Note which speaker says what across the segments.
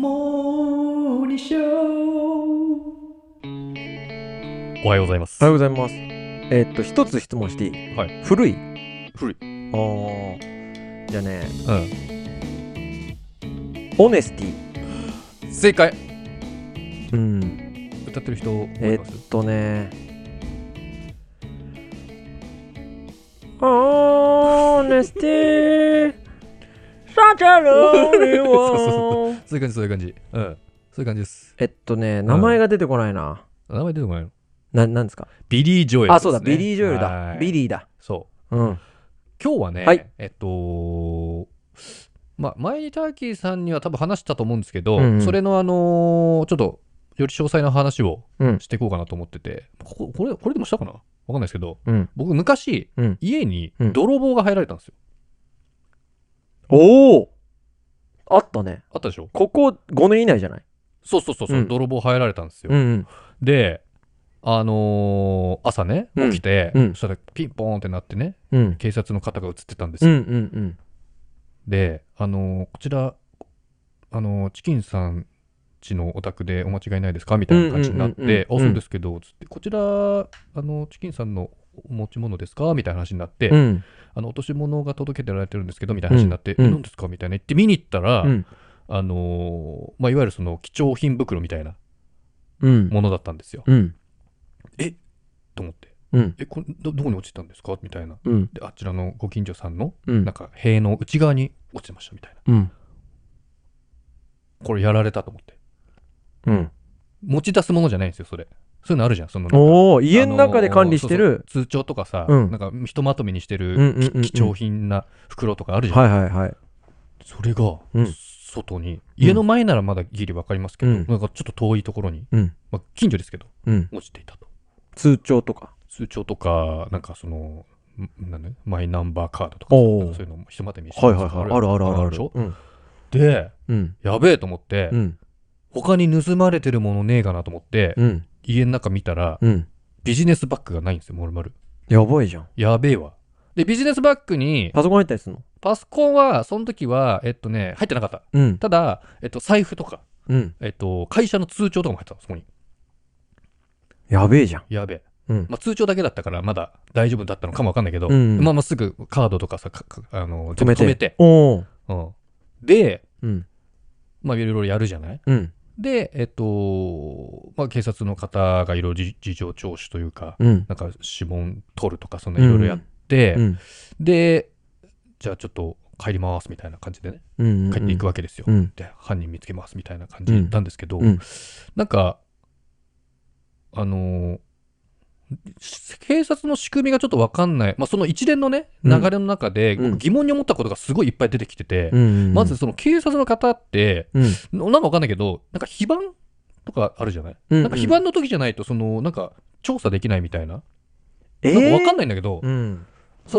Speaker 1: モーニショー
Speaker 2: おはようございます。
Speaker 3: おはようございます。えーっと、一つ質問していい
Speaker 2: はい
Speaker 3: 古い
Speaker 1: 古い。
Speaker 3: あーじゃあね、
Speaker 2: うん。
Speaker 3: オネスティ。
Speaker 2: 正解
Speaker 3: うん。
Speaker 2: 歌ってる人、
Speaker 3: え
Speaker 2: え
Speaker 3: ーっとね。オネスティサチャロリ
Speaker 2: そうそ
Speaker 3: ワ
Speaker 2: そういう感じ、そういう感じ。うん。そういう感じです。
Speaker 3: えっとね、名前が出てこないな。
Speaker 2: 名前出てこないの
Speaker 3: な、なんですか
Speaker 2: ビリー・ジョエルです、
Speaker 3: あ、そ
Speaker 2: ね。
Speaker 3: うだ、ビリー・ジョエル
Speaker 2: は
Speaker 3: だ
Speaker 2: い。
Speaker 3: ビリーだ。
Speaker 2: そう。
Speaker 3: うん。
Speaker 2: 今日はね、
Speaker 3: はい
Speaker 2: えっと、まあ、前にターキーさんには多分話したと思うんですけど、
Speaker 3: うんうん
Speaker 2: それのあのーちょっと、より詳細な話を
Speaker 3: うん
Speaker 2: していこうかなと思ってて、こここれ、これでもしたかなわかんないですけど、
Speaker 3: うん。
Speaker 2: 僕昔、
Speaker 3: うん
Speaker 2: 家に
Speaker 3: うん
Speaker 2: 泥棒が入られたんですよ。
Speaker 3: おおあったね。
Speaker 2: あったでしょ
Speaker 3: ここ5年以内じゃない
Speaker 2: そうそうそうそう、
Speaker 3: うん
Speaker 2: 泥棒入られたんですよ。
Speaker 3: うんうん。
Speaker 2: で、あのー朝ね、
Speaker 3: うん
Speaker 2: 起きて、
Speaker 3: うん
Speaker 2: そしたらピンポーンってなってね、
Speaker 3: うん。
Speaker 2: 警察の方が映ってたんです
Speaker 3: うん
Speaker 2: よ。
Speaker 3: うん
Speaker 2: で、あのーこちら、あのーチキンさんちのお宅でお間違いないですかみたいな感じになっ
Speaker 3: うんうんうん
Speaker 2: て、
Speaker 3: うん
Speaker 2: あ、そうですけど、つって、こちら、あのーチキンさんのお持ち物ですかみたいな話になって、
Speaker 3: うん。うん。
Speaker 2: あの、落とし物が届けてられてるんですけど、みたいな話になって、
Speaker 3: うんうん
Speaker 2: 何ですかみたいな言って見に行ったら、
Speaker 3: うん。
Speaker 2: あのーまあ、いわゆるその貴重品袋みたいな
Speaker 3: うん。
Speaker 2: ものだったんですよ。
Speaker 3: うん。
Speaker 2: と思って。
Speaker 3: うん。
Speaker 2: え、これど、どこに落ちてたんですかみたいな。
Speaker 3: うん。
Speaker 2: で、あちらのご近所さんの、
Speaker 3: うん
Speaker 2: なん。か、塀の内側に落ちてましたみたいな。
Speaker 3: うん。
Speaker 2: これやられたと思って。
Speaker 3: うん。
Speaker 2: 持ち出すものじゃないんですよ、それ。そういうのあるじゃん、そのなんか
Speaker 3: おお、家の中で管理して
Speaker 2: あのーそう
Speaker 3: る。
Speaker 2: そう通帳とかさ、
Speaker 3: うん
Speaker 2: なんか、ひとまとめにしてる、
Speaker 3: うんうんうんうん
Speaker 2: き貴重品な袋とかあるじゃん。
Speaker 3: はいはいはい。
Speaker 2: それが、
Speaker 3: うん
Speaker 2: 外に、家の前ならまだギリわかりますけど、
Speaker 3: うん
Speaker 2: なんかちょっと遠いところに、
Speaker 3: うん。
Speaker 2: まあ、近所ですけど、
Speaker 3: うん。
Speaker 2: 落ちていたと。
Speaker 3: 通帳とか。
Speaker 2: 通帳とか、なんかその、んなんだねマイナンバーカードとかさ
Speaker 3: おー
Speaker 2: なんかそういうのもひとまとめにして
Speaker 3: はいはいはい。あるあるあるあ
Speaker 2: で
Speaker 3: る
Speaker 2: しょ。
Speaker 3: うん。
Speaker 2: で、
Speaker 3: うん。
Speaker 2: やべえと思って、
Speaker 3: うん。
Speaker 2: 他に盗まれてるものねえかなと思って、
Speaker 3: うん。
Speaker 2: 家の中見たら、
Speaker 3: うん。
Speaker 2: ビジネスバッグがないんですよ、まるまる。
Speaker 3: やばいじゃん。
Speaker 2: やべえわ。で、ビジネスバッグに、
Speaker 3: パソコン入ったりするの
Speaker 2: パソコンは、その時は、えっとね、入ってなかった。
Speaker 3: うん。
Speaker 2: ただ、えっと、財布とか、
Speaker 3: うん。
Speaker 2: えっと、会社の通帳とかも入ってた、そこに。
Speaker 3: やべえじゃん。
Speaker 2: やべえ。
Speaker 3: うん。
Speaker 2: まあ、通帳だけだったから、まだ大丈夫だったのかもわかんないけど、
Speaker 3: うん
Speaker 2: まあまあすぐカードとかさ、かかあの、
Speaker 3: 止
Speaker 2: 全
Speaker 3: め
Speaker 2: 部
Speaker 3: て。
Speaker 2: 止めて。
Speaker 3: おお。
Speaker 2: うん、で、
Speaker 3: うん。
Speaker 2: まあ、いろいろやるじゃない
Speaker 3: うん。
Speaker 2: で、えっと、まあ、警察の方がいろいろ事事情聴取というか、
Speaker 3: うん。
Speaker 2: なんか指紋取るとか、そんないろいろやって、
Speaker 3: うん。
Speaker 2: で、じゃあちょっと帰りますみたいな感じでね、
Speaker 3: うん。
Speaker 2: 帰っていくわけですよ。
Speaker 3: うん。
Speaker 2: で、犯人見つけますみたいな感じなんですけど、
Speaker 3: うん。
Speaker 2: なんか、あのーし警察の仕組みがちょっとわかんない、まあ、その一連のね、
Speaker 3: う
Speaker 2: 流
Speaker 3: ん
Speaker 2: れの中で、
Speaker 3: うん
Speaker 2: 僕疑問に思ったことがすごいいっぱい出てきてて、
Speaker 3: うん。
Speaker 2: まず、その警察の方って、
Speaker 3: うん。
Speaker 2: ななんかわかんないけど、なんか非番とかあるじゃない、
Speaker 3: な
Speaker 2: なんか非番の時じゃないと、その、なんか調査できないみたいな、
Speaker 3: え
Speaker 2: なんかわかん
Speaker 3: ん
Speaker 2: ないんだけど、
Speaker 3: うん。
Speaker 2: そ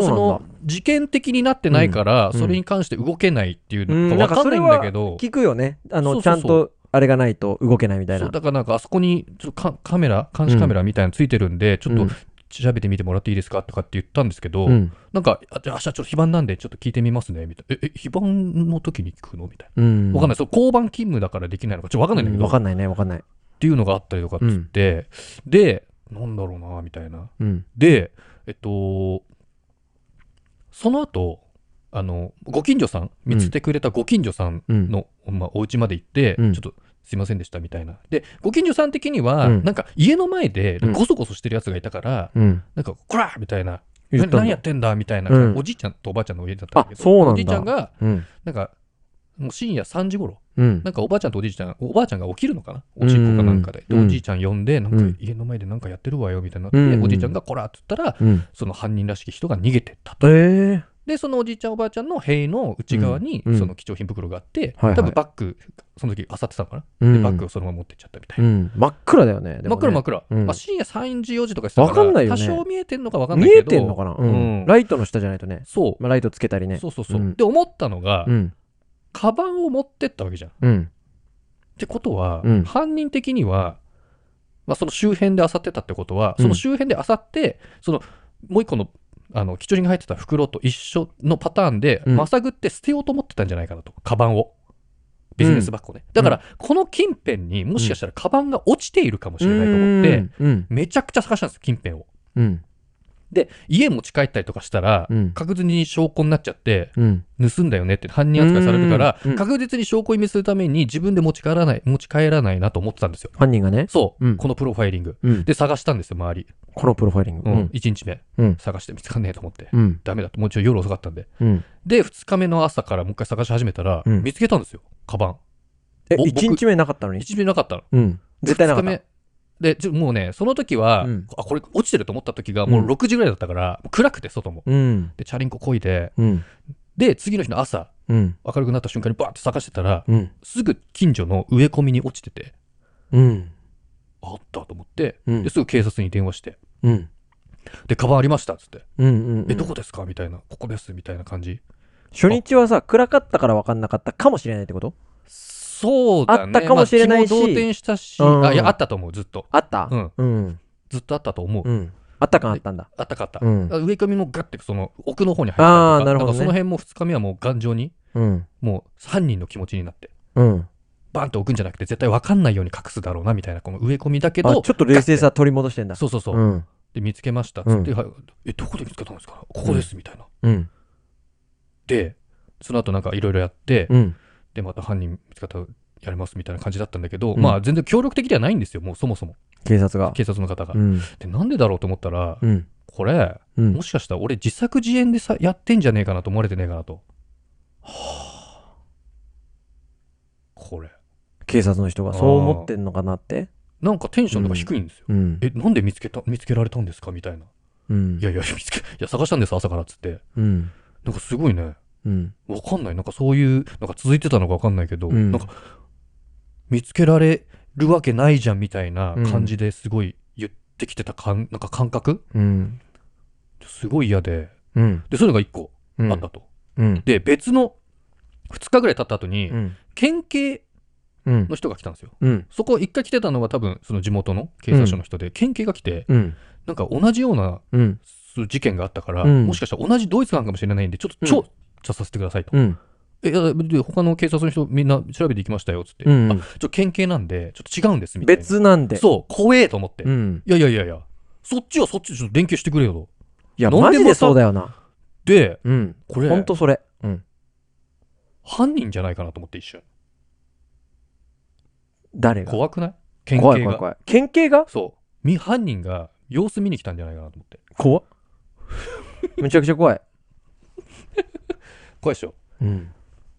Speaker 3: そうなんだ
Speaker 2: の、事件的になってないから、
Speaker 3: うん
Speaker 2: それに関して動けないっていう
Speaker 3: う
Speaker 2: の
Speaker 3: ん
Speaker 2: がわかんないんだけど、
Speaker 3: 聞くよね。あ
Speaker 2: そ
Speaker 3: の、
Speaker 2: う
Speaker 3: ち
Speaker 2: そう
Speaker 3: ゃ
Speaker 2: そうん
Speaker 3: と、あれがないと動けないみたい
Speaker 2: そ
Speaker 3: な
Speaker 2: う。だからなんかあそこにちょっとカカメラ、監視カメラみたいなのついてるんで、ちょっと
Speaker 3: うん
Speaker 2: 調べてみてもらっていいですかとかって言ったんですけど、
Speaker 3: うん。
Speaker 2: なんか、あじゃあ明日ちょっと非番なんで、ちょっと聞いてみますね、みたいな。え、え非番の時に聞くのみたい
Speaker 3: うん。
Speaker 2: な。わかん
Speaker 3: ない。
Speaker 2: ない。そう、交番勤務だからできないのか、ちょっとわかんないんだけど、
Speaker 3: わかんないね、わかんない。
Speaker 2: っていうのがあったりとかっつって、で、なんだろうな、みたいな。
Speaker 3: うん。
Speaker 2: で、えっと、その後、あの、ご近所さん、見つけてくれたご近所さんの、まあ、お家まで行って、
Speaker 3: うん
Speaker 2: ちょっと、すいませんでしたみたいな。で、ご近所さん的には、
Speaker 3: うん
Speaker 2: なんか家の前で
Speaker 3: うん
Speaker 2: ごそごそしてるやつがいたから、
Speaker 3: うん。
Speaker 2: なんか、こらみたいな、
Speaker 3: 言った
Speaker 2: な
Speaker 3: んだ
Speaker 2: 何やってんだみたいな、
Speaker 3: うん
Speaker 2: おじいちゃんとおばあちゃんの家だったんだけど、
Speaker 3: あそうなんだ
Speaker 2: おじいちゃんが、
Speaker 3: うん。
Speaker 2: なんか、もう深夜3時頃
Speaker 3: うん
Speaker 2: な。んかおばあちゃんとおじいちゃん、おばあちゃんが起きるのかなおちっこかなんかで。で、
Speaker 3: うん
Speaker 2: おじいちゃん呼んで、なん
Speaker 3: う
Speaker 2: か
Speaker 3: ん
Speaker 2: 家の前でなんかやってるわよ、みたいになって、
Speaker 3: うん
Speaker 2: おじいちゃんがこらって言ったら、
Speaker 3: うん。
Speaker 2: その犯人らしき人が逃げてったと。
Speaker 3: ええ。
Speaker 2: で、そのおじいちゃん、おばあちゃんの塀の内側に
Speaker 3: うんう、ん
Speaker 2: その貴重品袋があって、
Speaker 3: はいはい
Speaker 2: 多分バッグ、その時、あさってたのかな、
Speaker 3: うん
Speaker 2: で、バッグをそのまま持ってっちゃったみたいうな。
Speaker 3: ん。真っ暗だよね。で
Speaker 2: 真
Speaker 3: も
Speaker 2: っ暗真
Speaker 3: ね
Speaker 2: っ暗。
Speaker 3: うん
Speaker 2: まあ、深夜3時、4時とかしてたから、
Speaker 3: わかんないよね
Speaker 2: 多少見えてんのかわかんない
Speaker 3: 見
Speaker 2: け
Speaker 3: え
Speaker 2: ど。
Speaker 3: てんのかなう
Speaker 2: うん
Speaker 3: ん。ライトの下じゃないとね。
Speaker 2: そ
Speaker 3: まあライトつけたり
Speaker 2: う。
Speaker 3: ね。
Speaker 2: そうそうそう。
Speaker 3: うん
Speaker 2: で、思ったのが、
Speaker 3: うん。
Speaker 2: カバンを持ってったわけじゃん。
Speaker 3: うん。
Speaker 2: ってことは、
Speaker 3: うん
Speaker 2: 犯人的には、まあ、その周辺で漁ってたってことは、
Speaker 3: うん
Speaker 2: その周辺で漁って、そのもう一個のあの貴重品が入ってた袋と一緒のパターンで、
Speaker 3: うん
Speaker 2: まさぐって捨てようと思ってたんじゃないかなと、カバンを。ビジネスバッグをね、だからこの近辺にもしかしたらカバンが落ちているかもしれないと思って、
Speaker 3: うん
Speaker 2: めちゃくちゃ探したんですよ近辺を
Speaker 3: うん
Speaker 2: で家持ち帰ったりとかしたら、
Speaker 3: うん
Speaker 2: 確実に証拠になっちゃって
Speaker 3: うん
Speaker 2: 盗んだよねって犯人扱いされるから、
Speaker 3: うんうん
Speaker 2: 確実に証拠隠滅するために自分で持ち帰らない持ち帰らないなと思ってたんですよ
Speaker 3: 犯人がね、
Speaker 2: そう、
Speaker 3: うん
Speaker 2: このプロファイリング
Speaker 3: うん、
Speaker 2: で探したんですよ周り、
Speaker 3: このプロファイリング。
Speaker 2: うん1日目、
Speaker 3: うん
Speaker 2: 探して見つかんねえと思って、
Speaker 3: うん
Speaker 2: ダメだともうちょい夜遅かったんで
Speaker 3: うん
Speaker 2: で2日目の朝からもう一回探し始めたら、
Speaker 3: うん
Speaker 2: 見つけたんですよカバン
Speaker 3: え、
Speaker 2: お
Speaker 3: 1日目なかったの
Speaker 2: 1
Speaker 3: に
Speaker 2: 日目なかったの
Speaker 3: うん。絶対なかった。
Speaker 2: 二日目でちょもうねその時は、
Speaker 3: うん
Speaker 2: あこれ落ちてると思った時がもう6時ぐらいだったから、もう暗くて外も
Speaker 3: うん。
Speaker 2: でチャリンコこいで
Speaker 3: うん。
Speaker 2: で次の日の朝
Speaker 3: うん。
Speaker 2: 明るくなった瞬間にバーって探してたら
Speaker 3: うん。
Speaker 2: すぐ近所の植え込みに落ちてて
Speaker 3: うん。
Speaker 2: あったと思って、
Speaker 3: うん
Speaker 2: ですぐ警察に電話して
Speaker 3: うん。
Speaker 2: でカバンありましたっつって、
Speaker 3: うん。
Speaker 2: えどこですかみたいなここですみたいな感じ
Speaker 3: 初日はさ、暗かったから分かんなかったかもしれないってこと
Speaker 2: そうだね
Speaker 3: あったかもしれないし
Speaker 2: まあ、気も動転したし、
Speaker 3: うん
Speaker 2: あいやあったと思うずっと
Speaker 3: あった
Speaker 2: うん。
Speaker 3: うん。
Speaker 2: ずっとあったと思う、
Speaker 3: うん。あった感あったんだ。
Speaker 2: あったかった、
Speaker 3: うん
Speaker 2: あ植え込みもガッてその奥の方に入ったりとか
Speaker 3: あーなるほどね
Speaker 2: んかその辺も2日目はもう頑丈に
Speaker 3: うん。
Speaker 2: もう犯人の気持ちになって
Speaker 3: うん。
Speaker 2: バンと置くんじゃなくて絶対分かんないように隠すだろうなみたいなこの植え込みだけ
Speaker 3: あ、ちょ
Speaker 2: ど
Speaker 3: っと冷静さ取り戻してんだ。
Speaker 2: そうそうそう、
Speaker 3: うん。
Speaker 2: で見つけましたっつって、はいえどこで見つけたんですかここですみたいな、
Speaker 3: うん。
Speaker 2: でその後なんかいろいろやって、
Speaker 3: うん。
Speaker 2: でまた犯人見つかったらやりますみたいな感じだったんだけど、
Speaker 3: うん
Speaker 2: まあ全然協力的ではないんですよもうそもそも
Speaker 3: 警察が。
Speaker 2: 警察の方が、
Speaker 3: うん。
Speaker 2: でなんでだろうと思ったら、
Speaker 3: うん。
Speaker 2: これ
Speaker 3: うん
Speaker 2: も。しかしたら俺自作自演でさやってんじゃねえかなと思われてねえかなとこれ
Speaker 3: 警察の人がそう思ってんのかなって。
Speaker 2: なんかテンションとか低いんですよ、
Speaker 3: うん。
Speaker 2: えなんで見つけた見つけられたんですかみたいな
Speaker 3: うん
Speaker 2: い。やいや見つけいや探したんです朝からっつって
Speaker 3: うん。
Speaker 2: なんかすごいね
Speaker 3: うん。
Speaker 2: わかんない。なんかそういう、なんか続いてたのかわかんないけど、
Speaker 3: うん
Speaker 2: なんか、見つけられるわけないじゃんみたいな感じですごい言ってきてた感、なんか感覚
Speaker 3: うん。
Speaker 2: すごい嫌で。
Speaker 3: うん。
Speaker 2: で、そういうのが一個
Speaker 3: うん。
Speaker 2: あったと。
Speaker 3: うん。
Speaker 2: で、別の、2日ぐらい経った後に、
Speaker 3: うん。
Speaker 2: 県警
Speaker 3: うん
Speaker 2: の。人が来たんですよ。
Speaker 3: うん。
Speaker 2: そこ一回来てたのは多分、その地元の警察署の人で、県警が来て、
Speaker 3: うん。
Speaker 2: なんか同じような
Speaker 3: うん。
Speaker 2: そう事件があったから、
Speaker 3: うん
Speaker 2: もしかしたら同じドイツなんかもしれないんで、ちょっと
Speaker 3: う
Speaker 2: 調査させてくださいと。
Speaker 3: うん。
Speaker 2: えいやで他の警察の人みんな調べていきましたよっつって、
Speaker 3: うん
Speaker 2: あちょっと県警なんでちょっと違うんですみたいな
Speaker 3: 別なんで。
Speaker 2: そう怖えと思って、
Speaker 3: う
Speaker 2: い
Speaker 3: ん。
Speaker 2: やいやいやいやそっちはそっちでちょっと連携してくれよと
Speaker 3: いや、
Speaker 2: なん
Speaker 3: マ
Speaker 2: で
Speaker 3: ジで
Speaker 2: また
Speaker 3: そうだよな。
Speaker 2: で
Speaker 3: うん。
Speaker 2: これ
Speaker 3: ほんとそれ。うん。
Speaker 2: 犯人じゃないかなと思って一瞬
Speaker 3: 誰が
Speaker 2: 怖くない県警が
Speaker 3: 怖い怖い怖い。県警が
Speaker 2: そうみ犯人が様子見に来たんじゃないかなと思って
Speaker 3: 怖っめちゃくちゃ怖い。
Speaker 2: 怖いでしょ
Speaker 3: うん。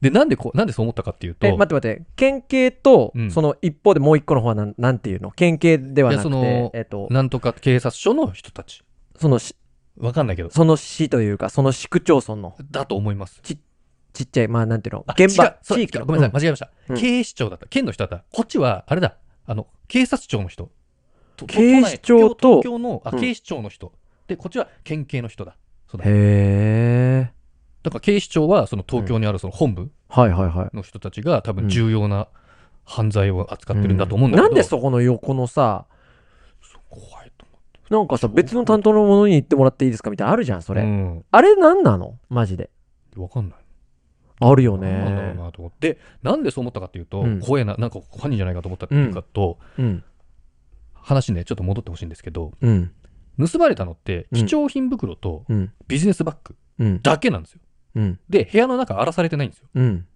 Speaker 2: でなんでこうなんでそう思ったかっていうと
Speaker 3: え、待って待って。県警と
Speaker 2: う、ん
Speaker 3: その一方でもう一個の方はなん、なんていうの県警ではいな
Speaker 2: や
Speaker 3: く
Speaker 2: その
Speaker 3: て、えっと、
Speaker 2: なんとか警察署の人たち
Speaker 3: そのし、
Speaker 2: わかんないけど
Speaker 3: その市というか、その市区町村の、
Speaker 2: だと思います
Speaker 3: ちっちゃい、まあなんていうの
Speaker 2: あ、
Speaker 3: 現
Speaker 2: 違う
Speaker 3: 場、
Speaker 2: そう
Speaker 3: 地域
Speaker 2: 違う
Speaker 3: の。
Speaker 2: ごめんなさい、間違えました。
Speaker 3: うん
Speaker 2: 警視庁だった。県の人だった。こっちは、あれだ、あの、警察庁の人。と
Speaker 3: 警視庁と
Speaker 2: 東京東京の、あ、
Speaker 3: うん
Speaker 2: 警視庁の人。で、こっちは県警の人だ。そ
Speaker 3: う
Speaker 2: う
Speaker 3: ん
Speaker 2: だ。
Speaker 3: へえ。
Speaker 2: だから警視庁は、その東京にあるその本部
Speaker 3: はいはいはい。
Speaker 2: の人たちが、多
Speaker 3: うん
Speaker 2: 分重要な犯罪を扱ってるんだと思うんだけど。
Speaker 3: なんでそこの横のさ、
Speaker 2: そう怖いと思
Speaker 3: なんかさ、別の担当の者に行ってもらっていいですかみたいなのあるじゃん、それ。
Speaker 2: う。
Speaker 3: あれなんなのマジで。
Speaker 2: うん。わかんない。
Speaker 3: あるよね。
Speaker 2: なんだろうなと思って。で、なんでそう思ったかっていうと
Speaker 3: うん、
Speaker 2: 怖えな、なんか犯人じゃないかと思ったっていうかと、
Speaker 3: うん。
Speaker 2: 話ね、ちょっと戻ってほしいんですけど、
Speaker 3: うん。
Speaker 2: 盗まれたのって、
Speaker 3: うん
Speaker 2: 貴重品袋と
Speaker 3: うん。
Speaker 2: ビジネスバッグ
Speaker 3: うん。
Speaker 2: だけなんですよ。
Speaker 3: うん。
Speaker 2: で、部屋の中荒らされてないんですよ。
Speaker 3: うん。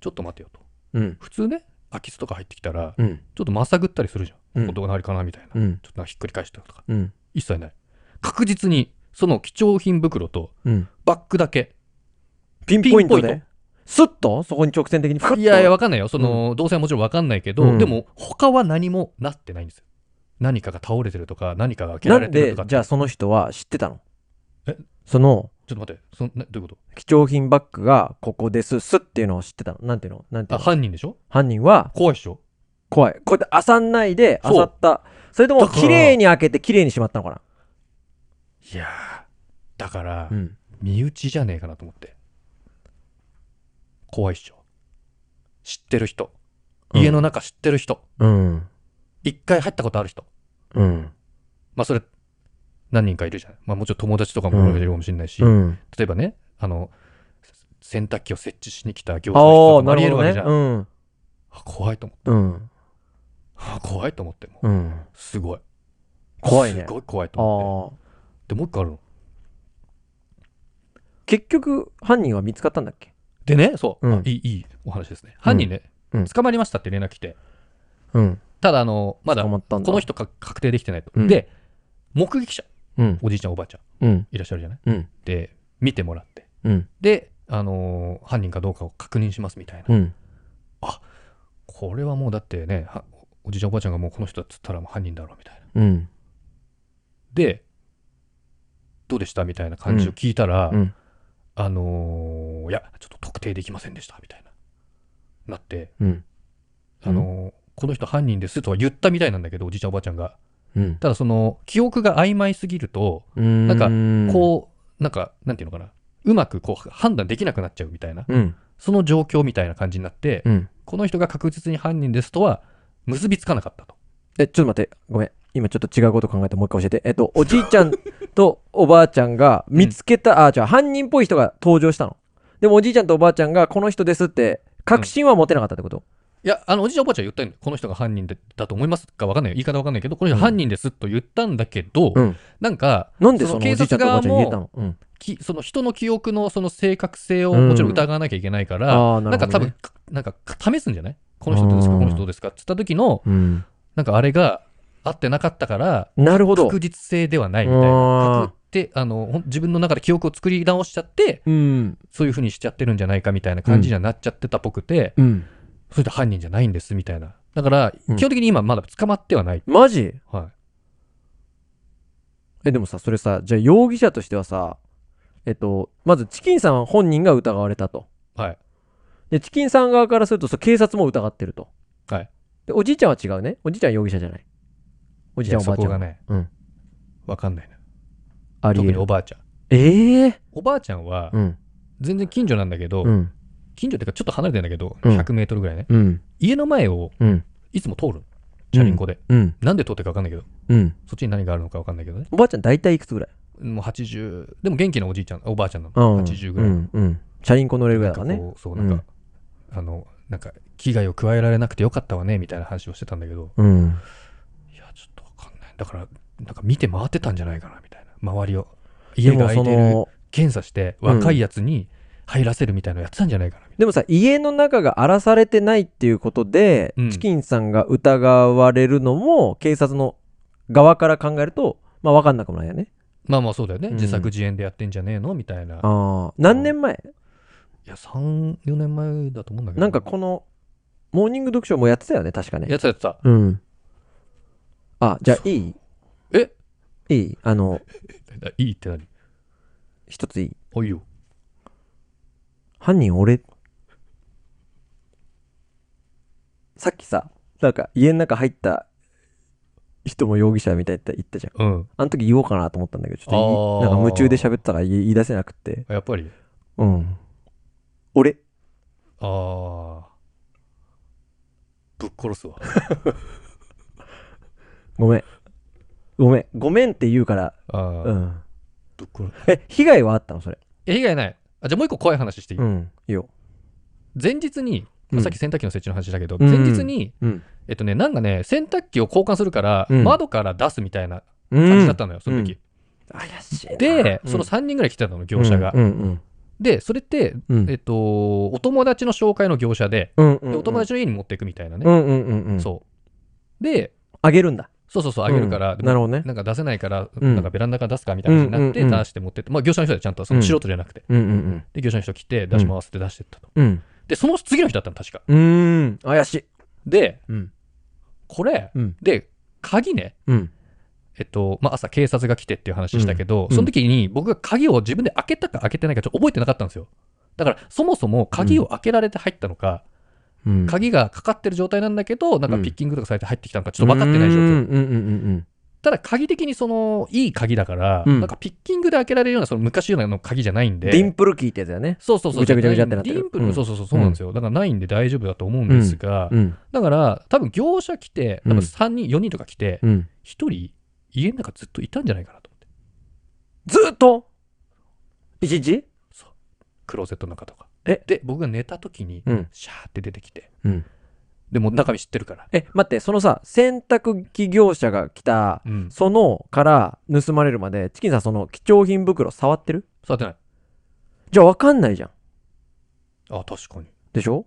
Speaker 2: ちょっと待てよと。
Speaker 3: うん。
Speaker 2: 普通ね、空き巣とか入ってきたら、
Speaker 3: うん。
Speaker 2: ちょっとまさぐったりするじゃ
Speaker 3: うん
Speaker 2: ん。ここどうなりかなみたいな。ち
Speaker 3: う
Speaker 2: ょ
Speaker 3: ん。
Speaker 2: っとなんかひっくり返したとか。
Speaker 3: うん。
Speaker 2: 一切ない。確実に、その貴重品袋と
Speaker 3: うん。
Speaker 2: バッグだけ。
Speaker 3: ピンポイント
Speaker 2: ピンポイン
Speaker 3: で。スッとそこに直線的にフッと
Speaker 2: いやいや、わかんないよ。その、動線はもちろんわかんないけど、
Speaker 3: うん
Speaker 2: でも、他は何もなってないんですよ。何かが倒れてるとか、何かが蹴ら
Speaker 3: な
Speaker 2: れ
Speaker 3: ん
Speaker 2: てる
Speaker 3: で
Speaker 2: とか、って。
Speaker 3: じゃあその人は知ってたの
Speaker 2: え
Speaker 3: その
Speaker 2: ちょっと待って、そんなどういうこ
Speaker 3: 貴重品バッグがここです、スッっていうのを知ってたのなんていうのなんて
Speaker 2: と
Speaker 3: いう
Speaker 2: あ、
Speaker 3: の
Speaker 2: 犯人でしょ
Speaker 3: 犯人は
Speaker 2: 怖いでしょ
Speaker 3: 怖い。こうやって漁んないで、
Speaker 2: そう
Speaker 3: 漁った。それとも、
Speaker 2: だから
Speaker 3: 綺麗に開けて、綺麗にしまったのか
Speaker 2: いやー、だから
Speaker 3: なう、ん。
Speaker 2: 身内じゃねえかなと思って怖いっしょ知ってる人
Speaker 3: うん
Speaker 2: 家の中知ってる人
Speaker 3: うん。
Speaker 2: 一、回入ったことある人
Speaker 3: うん。
Speaker 2: まあそれ何人かいるじゃん、まあ、もちろん友達とかもいるかもしれないし、
Speaker 3: うん。
Speaker 2: 例えばねあの洗濯機を設置しに来た業者
Speaker 3: あ
Speaker 2: の
Speaker 3: あ
Speaker 2: 人
Speaker 3: ー、
Speaker 2: が
Speaker 3: な
Speaker 2: ありえ
Speaker 3: る
Speaker 2: る
Speaker 3: ほ
Speaker 2: わ
Speaker 3: ど
Speaker 2: け
Speaker 3: ね
Speaker 2: じゃ。ん、
Speaker 3: うん。
Speaker 2: あ怖いと思って
Speaker 3: うん。
Speaker 2: あ怖いと思ってもう
Speaker 3: うん。
Speaker 2: すごい
Speaker 3: 怖いね
Speaker 2: すごい怖いと
Speaker 3: あ
Speaker 2: 思
Speaker 3: あ。
Speaker 2: ってでもう一個あるの
Speaker 3: 結局、犯人は見つかったんだっけ
Speaker 2: でねそう、
Speaker 3: うん
Speaker 2: あいいいいお話ですね犯人ね、
Speaker 3: うん
Speaker 2: 捕まりましたって連絡来て
Speaker 3: うん。
Speaker 2: ただあのまだ
Speaker 3: 捕ま
Speaker 2: こ
Speaker 3: ったんだ。
Speaker 2: の人か確定できてないと、
Speaker 3: うん
Speaker 2: で目撃者
Speaker 3: うん。
Speaker 2: おじいちゃんおばあちゃん
Speaker 3: うん。
Speaker 2: いらっしゃるじゃない
Speaker 3: うん。
Speaker 2: で見てもらって
Speaker 3: うん。
Speaker 2: で、あのー犯人かどうかを確認しますみたいな、
Speaker 3: うん。
Speaker 2: これはもうだってねはおじいちゃんおばあちゃんがもうこの人だっつったらもう犯人だろうみたいな
Speaker 3: うん。
Speaker 2: でどうでしたみたいな感じを聞いたら、
Speaker 3: うん。
Speaker 2: あのーいやちょっと特定できませんでしたみたいななって、
Speaker 3: うん。
Speaker 2: あのーこの人犯人ですとは言ったみたいなんだけどおじいちゃんおばあちゃんが
Speaker 3: うん。
Speaker 2: ただその記憶が曖昧すぎると
Speaker 3: うん。
Speaker 2: なんか
Speaker 3: こ
Speaker 2: こうなんかなんていうのかなうまくこう判断できなくなっちゃうみたいな
Speaker 3: う。うん。
Speaker 2: その状況みたいな感じになって、
Speaker 3: うん。
Speaker 2: この人が確実に犯人ですとは結びつかなかったと。
Speaker 3: え、ちょっと待って。ごめん。今ちょっと違うこと考えてもう一回教えて。えっと、おじいちゃんとおばあちゃんが見つけた、あ、じゃあ犯人っぽい人が登場したの。でもおじいちゃんとおばあちゃんがこの人ですって確信は持てなかったってこと
Speaker 2: いや、あの、おじいちゃんおばあちゃんは言ったんだよこの人が犯人でだと思いますかわかんないよ。言い方わかんないけど、この人
Speaker 3: うん
Speaker 2: 犯人ですと言ったんだけど、
Speaker 3: うん
Speaker 2: なんか、
Speaker 3: なんでそのおじいちゃんとおばあちゃん言えたのうん。
Speaker 2: きその人の記憶のその正確性を
Speaker 3: うん
Speaker 2: もちろん疑わなきゃいけないから、
Speaker 3: あーな
Speaker 2: なん
Speaker 3: るほどね
Speaker 2: か多分、かなんか試すんじゃないこの人どうですか
Speaker 3: うん
Speaker 2: この人どうですかって言った時の、
Speaker 3: うん。
Speaker 2: なんかあれが合ってなかったから、
Speaker 3: なるほど。
Speaker 2: 確実性ではないみたいな。
Speaker 3: あー
Speaker 2: 確定あのほん自分の中で記憶を作り直しちゃって、
Speaker 3: うん。
Speaker 2: そういう風にしちゃってるんじゃないかみたいな感じにはなっちゃってたっぽくて、
Speaker 3: うん。
Speaker 2: それで犯人じゃないんですみたいな。だから、
Speaker 3: うん
Speaker 2: 基本的に今まだ捕まってはない。
Speaker 3: マジ
Speaker 2: は
Speaker 3: え、でもさ、それさ、じゃあ容疑者としてはさ、えっと、まずチキンさん本人が疑われたと。
Speaker 2: い。はい。
Speaker 3: で、チキンさん側からすると、そう警察も疑ってると。
Speaker 2: はい。
Speaker 3: で、おじいちゃんは違うね。おじいちゃんは容疑者じゃない。お
Speaker 2: お
Speaker 3: じいちゃん、おばあち
Speaker 2: そ
Speaker 3: ゃ
Speaker 2: こ
Speaker 3: ん
Speaker 2: が
Speaker 3: は。
Speaker 2: ね、
Speaker 3: うん
Speaker 2: わかんないな。
Speaker 3: あり
Speaker 2: 特
Speaker 3: え
Speaker 2: に
Speaker 3: る
Speaker 2: お。ばあちゃん。
Speaker 3: ええ
Speaker 2: おばあちゃんは
Speaker 3: う、ん。
Speaker 2: 全然近所なんだけど、
Speaker 3: うん。
Speaker 2: 近所っていうかちょっと離れてんだけど、
Speaker 3: うん
Speaker 2: 100メートルぐらいね。
Speaker 3: うん。
Speaker 2: 家の前を
Speaker 3: うん。
Speaker 2: いつも通るの。チャリンコで。
Speaker 3: うん。
Speaker 2: なんで通ってるかわかんないけど、
Speaker 3: うん。
Speaker 2: そっちに何があるのかわかんないけどね。
Speaker 3: おばあちゃん大体いくつぐらい
Speaker 2: もう80、でも元気なおじいちゃん、おばあちゃんな
Speaker 3: う
Speaker 2: の。
Speaker 3: ん。
Speaker 2: 80ぐらい。
Speaker 3: うん。うん。チャリンコ乗れるぐらいだから
Speaker 2: なん
Speaker 3: ね。
Speaker 2: こうそう、なんか、あの、なんか、危害を加えられなくてよかったわね、みたいな話をしてたんだけど、
Speaker 3: うん。
Speaker 2: いや、ちょっとわかんない。だから、なんか見て回ってたんじゃないかな、みたいな。周りを。家が空いて
Speaker 3: でもそ
Speaker 2: る。
Speaker 3: の
Speaker 2: 検査して、
Speaker 3: うん
Speaker 2: 若いやつに入らせるみたいなのやってたんじゃないかな、みたい
Speaker 3: でもさ、家の中が荒らされてないっていうことで、
Speaker 2: うん
Speaker 3: チキンさんが疑われるのも、警察の側から考えると、まあ分かんなくもないよね。
Speaker 2: な。まあまあ、そうだよね。
Speaker 3: うん
Speaker 2: 自作自演でやってんじゃねえのみたいな。い
Speaker 3: ああ。何年前
Speaker 2: や、3、4年前だと思うんだけど。
Speaker 3: なんかこの、モーニング読書もやってたよね、確かね。
Speaker 2: やってたやってた。
Speaker 3: うん。あ、じゃあ
Speaker 2: そう
Speaker 3: いい
Speaker 2: え
Speaker 3: いいあの、
Speaker 2: あいいって何
Speaker 3: 一ついい
Speaker 2: おいよ。
Speaker 3: 犯人俺。さっきさ、なんか家の中入った人も容疑者みたいって言ったじゃん。
Speaker 2: うん。
Speaker 3: あの時言おうかなと思ったんだけど、ちょっとい
Speaker 2: あー
Speaker 3: なんか夢中で喋ってたから言い言い出せなくて。
Speaker 2: やっぱり。
Speaker 3: うん。俺。
Speaker 2: ああ。ぶっ殺すわ。
Speaker 3: ごめん。ごめん。ごめんって言うから。
Speaker 2: ああ、
Speaker 3: うん。
Speaker 2: ぶっ殺す。
Speaker 3: え、被害はあったのそれ。
Speaker 2: え、被害ない。あ、じゃあもう一個怖い話していい、
Speaker 3: うん。いいよ。
Speaker 2: 前日に、
Speaker 3: うん
Speaker 2: さっき洗濯機の設置の話だけど、
Speaker 3: うん
Speaker 2: 前日に、
Speaker 3: うん。
Speaker 2: えっとね、なんかね、洗濯機を交換するから、
Speaker 3: うん
Speaker 2: 窓から出すみたいな感
Speaker 3: 感
Speaker 2: じだったのよ、その時。
Speaker 3: 怪しいな。
Speaker 2: で、
Speaker 3: うん
Speaker 2: その3人ぐらい来てたの、業者が。
Speaker 3: うんうん
Speaker 2: で、それって、
Speaker 3: うん。うん
Speaker 2: えっと、お友達の紹介の業者で、
Speaker 3: うんうん
Speaker 2: で
Speaker 3: うん
Speaker 2: お友達の家に持っていくみたいな
Speaker 3: う
Speaker 2: ね。
Speaker 3: んうんうんうん。
Speaker 2: そう。で、
Speaker 3: あげるんだ。
Speaker 2: そうそうそう、あげるから、
Speaker 3: うん
Speaker 2: で
Speaker 3: なるほどね。
Speaker 2: なんか出せないから、
Speaker 3: うん
Speaker 2: なんかベランダから出すかみたいな話になって、
Speaker 3: うんうんうん
Speaker 2: 出して持ってって、まあ業者の人でちゃんと、その素人じゃなくて。
Speaker 3: うんうん
Speaker 2: で、業者の人来て、出し回せて出してったと。
Speaker 3: うん。うん。
Speaker 2: で、その次の日だったの、確か。
Speaker 3: うーん。怪しい。
Speaker 2: で、
Speaker 3: うん。
Speaker 2: これ、
Speaker 3: うん。
Speaker 2: で、鍵ね、
Speaker 3: うん。
Speaker 2: えっと、まあ、朝警察が来てっていう話したけど、
Speaker 3: うん
Speaker 2: その時に僕が鍵を自分で開けたか開けてないかちょっと覚えてなかったんですよ。だから、そもそも鍵を開けられて入ったのか、
Speaker 3: うん。
Speaker 2: 鍵がかかってる状態なんだけど、なんか
Speaker 3: うん
Speaker 2: ピッキングとかされて入ってきたのか、ちょっと分かってない状
Speaker 3: う
Speaker 2: 況。
Speaker 3: んうんうん
Speaker 2: ただ、鍵的にその、いい鍵だから、
Speaker 3: うん
Speaker 2: なんかピッキングで開けられるような、その昔のような鍵じゃないん
Speaker 3: うん。ディ
Speaker 2: で
Speaker 3: ン、プルキーってやつだよね。
Speaker 2: そうそうそう、
Speaker 3: ぐちゃぐちゃぐちゃってなってる
Speaker 2: ディンプル、
Speaker 3: うん
Speaker 2: そうそうそう、そうなんですよ。だからないんで大丈夫だと思うんですが、
Speaker 3: うん。
Speaker 2: だから、多分業者来て、多分3人、4人とか来て、
Speaker 3: うん。
Speaker 2: 1人、家の中ずっといたんじゃないかなと思って。
Speaker 3: ずーっと一日
Speaker 2: クローゼットの中とか。
Speaker 3: え
Speaker 2: で僕が寝た時に
Speaker 3: うん
Speaker 2: シャーって出てきて、
Speaker 3: うん
Speaker 2: でもう中身知ってるから、
Speaker 3: え、待って、そのさ、洗濯機業者が来た、
Speaker 2: うん、
Speaker 3: そのから盗まれるまで、チキンさん、その貴重品袋触ってる
Speaker 2: 触ってない
Speaker 3: じゃあ分かんないじゃん。
Speaker 2: あ確かに
Speaker 3: でしょ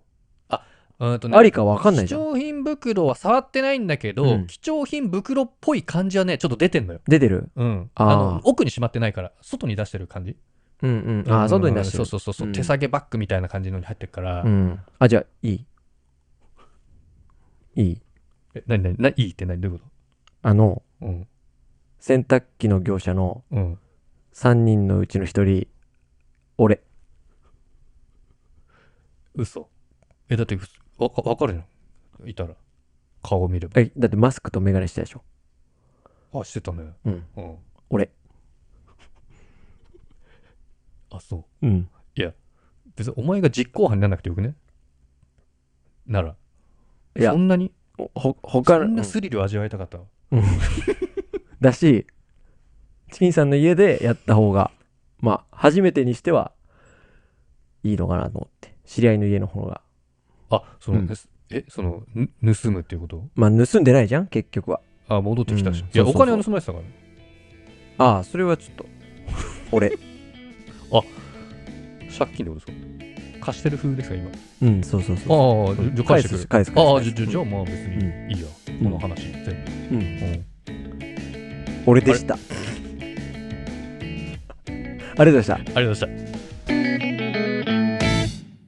Speaker 2: うんとね
Speaker 3: ありか分かんないじゃ
Speaker 2: 貴
Speaker 3: ん。
Speaker 2: 重品袋は触ってないんだけど、
Speaker 3: うん
Speaker 2: 貴重品袋っぽい感じはねちょっと出てんのよ
Speaker 3: 出てる
Speaker 2: うん
Speaker 3: あー
Speaker 2: あの奥にしまってないから外に出してる感じ
Speaker 3: うんうん。あー、外に出して
Speaker 2: そう
Speaker 3: る。
Speaker 2: そうそうそう、
Speaker 3: うん
Speaker 2: 手提げバッグみたいな感じのに入ってるから、
Speaker 3: うん。あ、じゃあ、いい。いい。
Speaker 2: え何何何いいって何どういうこ
Speaker 3: あの、
Speaker 2: とうん
Speaker 3: 洗濯機の業者の
Speaker 2: うん
Speaker 3: 3人のうちの1人、俺。
Speaker 2: 嘘えだってふわかわかるじゃんいたら顔を見れば
Speaker 3: え、だってマスクとメガネしてたでしょ。
Speaker 2: あしてたね
Speaker 3: うん。
Speaker 2: うん
Speaker 3: 俺。
Speaker 2: あそう
Speaker 3: うん。
Speaker 2: 別にお前が実行犯にならなくてよくねなら
Speaker 3: いや
Speaker 2: そんなに
Speaker 3: ほ、他
Speaker 2: そ
Speaker 3: の、
Speaker 2: ん
Speaker 3: う
Speaker 2: なんスリルを味わいたかった、
Speaker 3: だし、チキンさんの家でやった方が、まあ、初めてにしては、いいのかなと思って。知り合いの家の方が。
Speaker 2: あその、
Speaker 3: うん
Speaker 2: えそのぬ盗むっていうこと
Speaker 3: まあ、盗んでないじゃん、結局は。
Speaker 2: あ戻ってきたし、
Speaker 3: うん
Speaker 2: いや
Speaker 3: そうそうそう
Speaker 2: お金は盗まれてたからね
Speaker 3: ああ、それはちょっと。 俺。
Speaker 2: 借金ってことですか貸してる風ですか今
Speaker 3: うん、そうそうそう。
Speaker 2: ああ
Speaker 3: うん
Speaker 2: じゃあ返してくれる
Speaker 3: 返す返す返す
Speaker 2: ああじゃ
Speaker 3: う
Speaker 2: あ
Speaker 3: ん
Speaker 2: じゃあまあ別
Speaker 3: う
Speaker 2: にいいや、
Speaker 3: ん
Speaker 2: この話全部、
Speaker 3: うん、
Speaker 2: うん
Speaker 3: 俺でした。ありがとうございました。
Speaker 2: ありがとうございました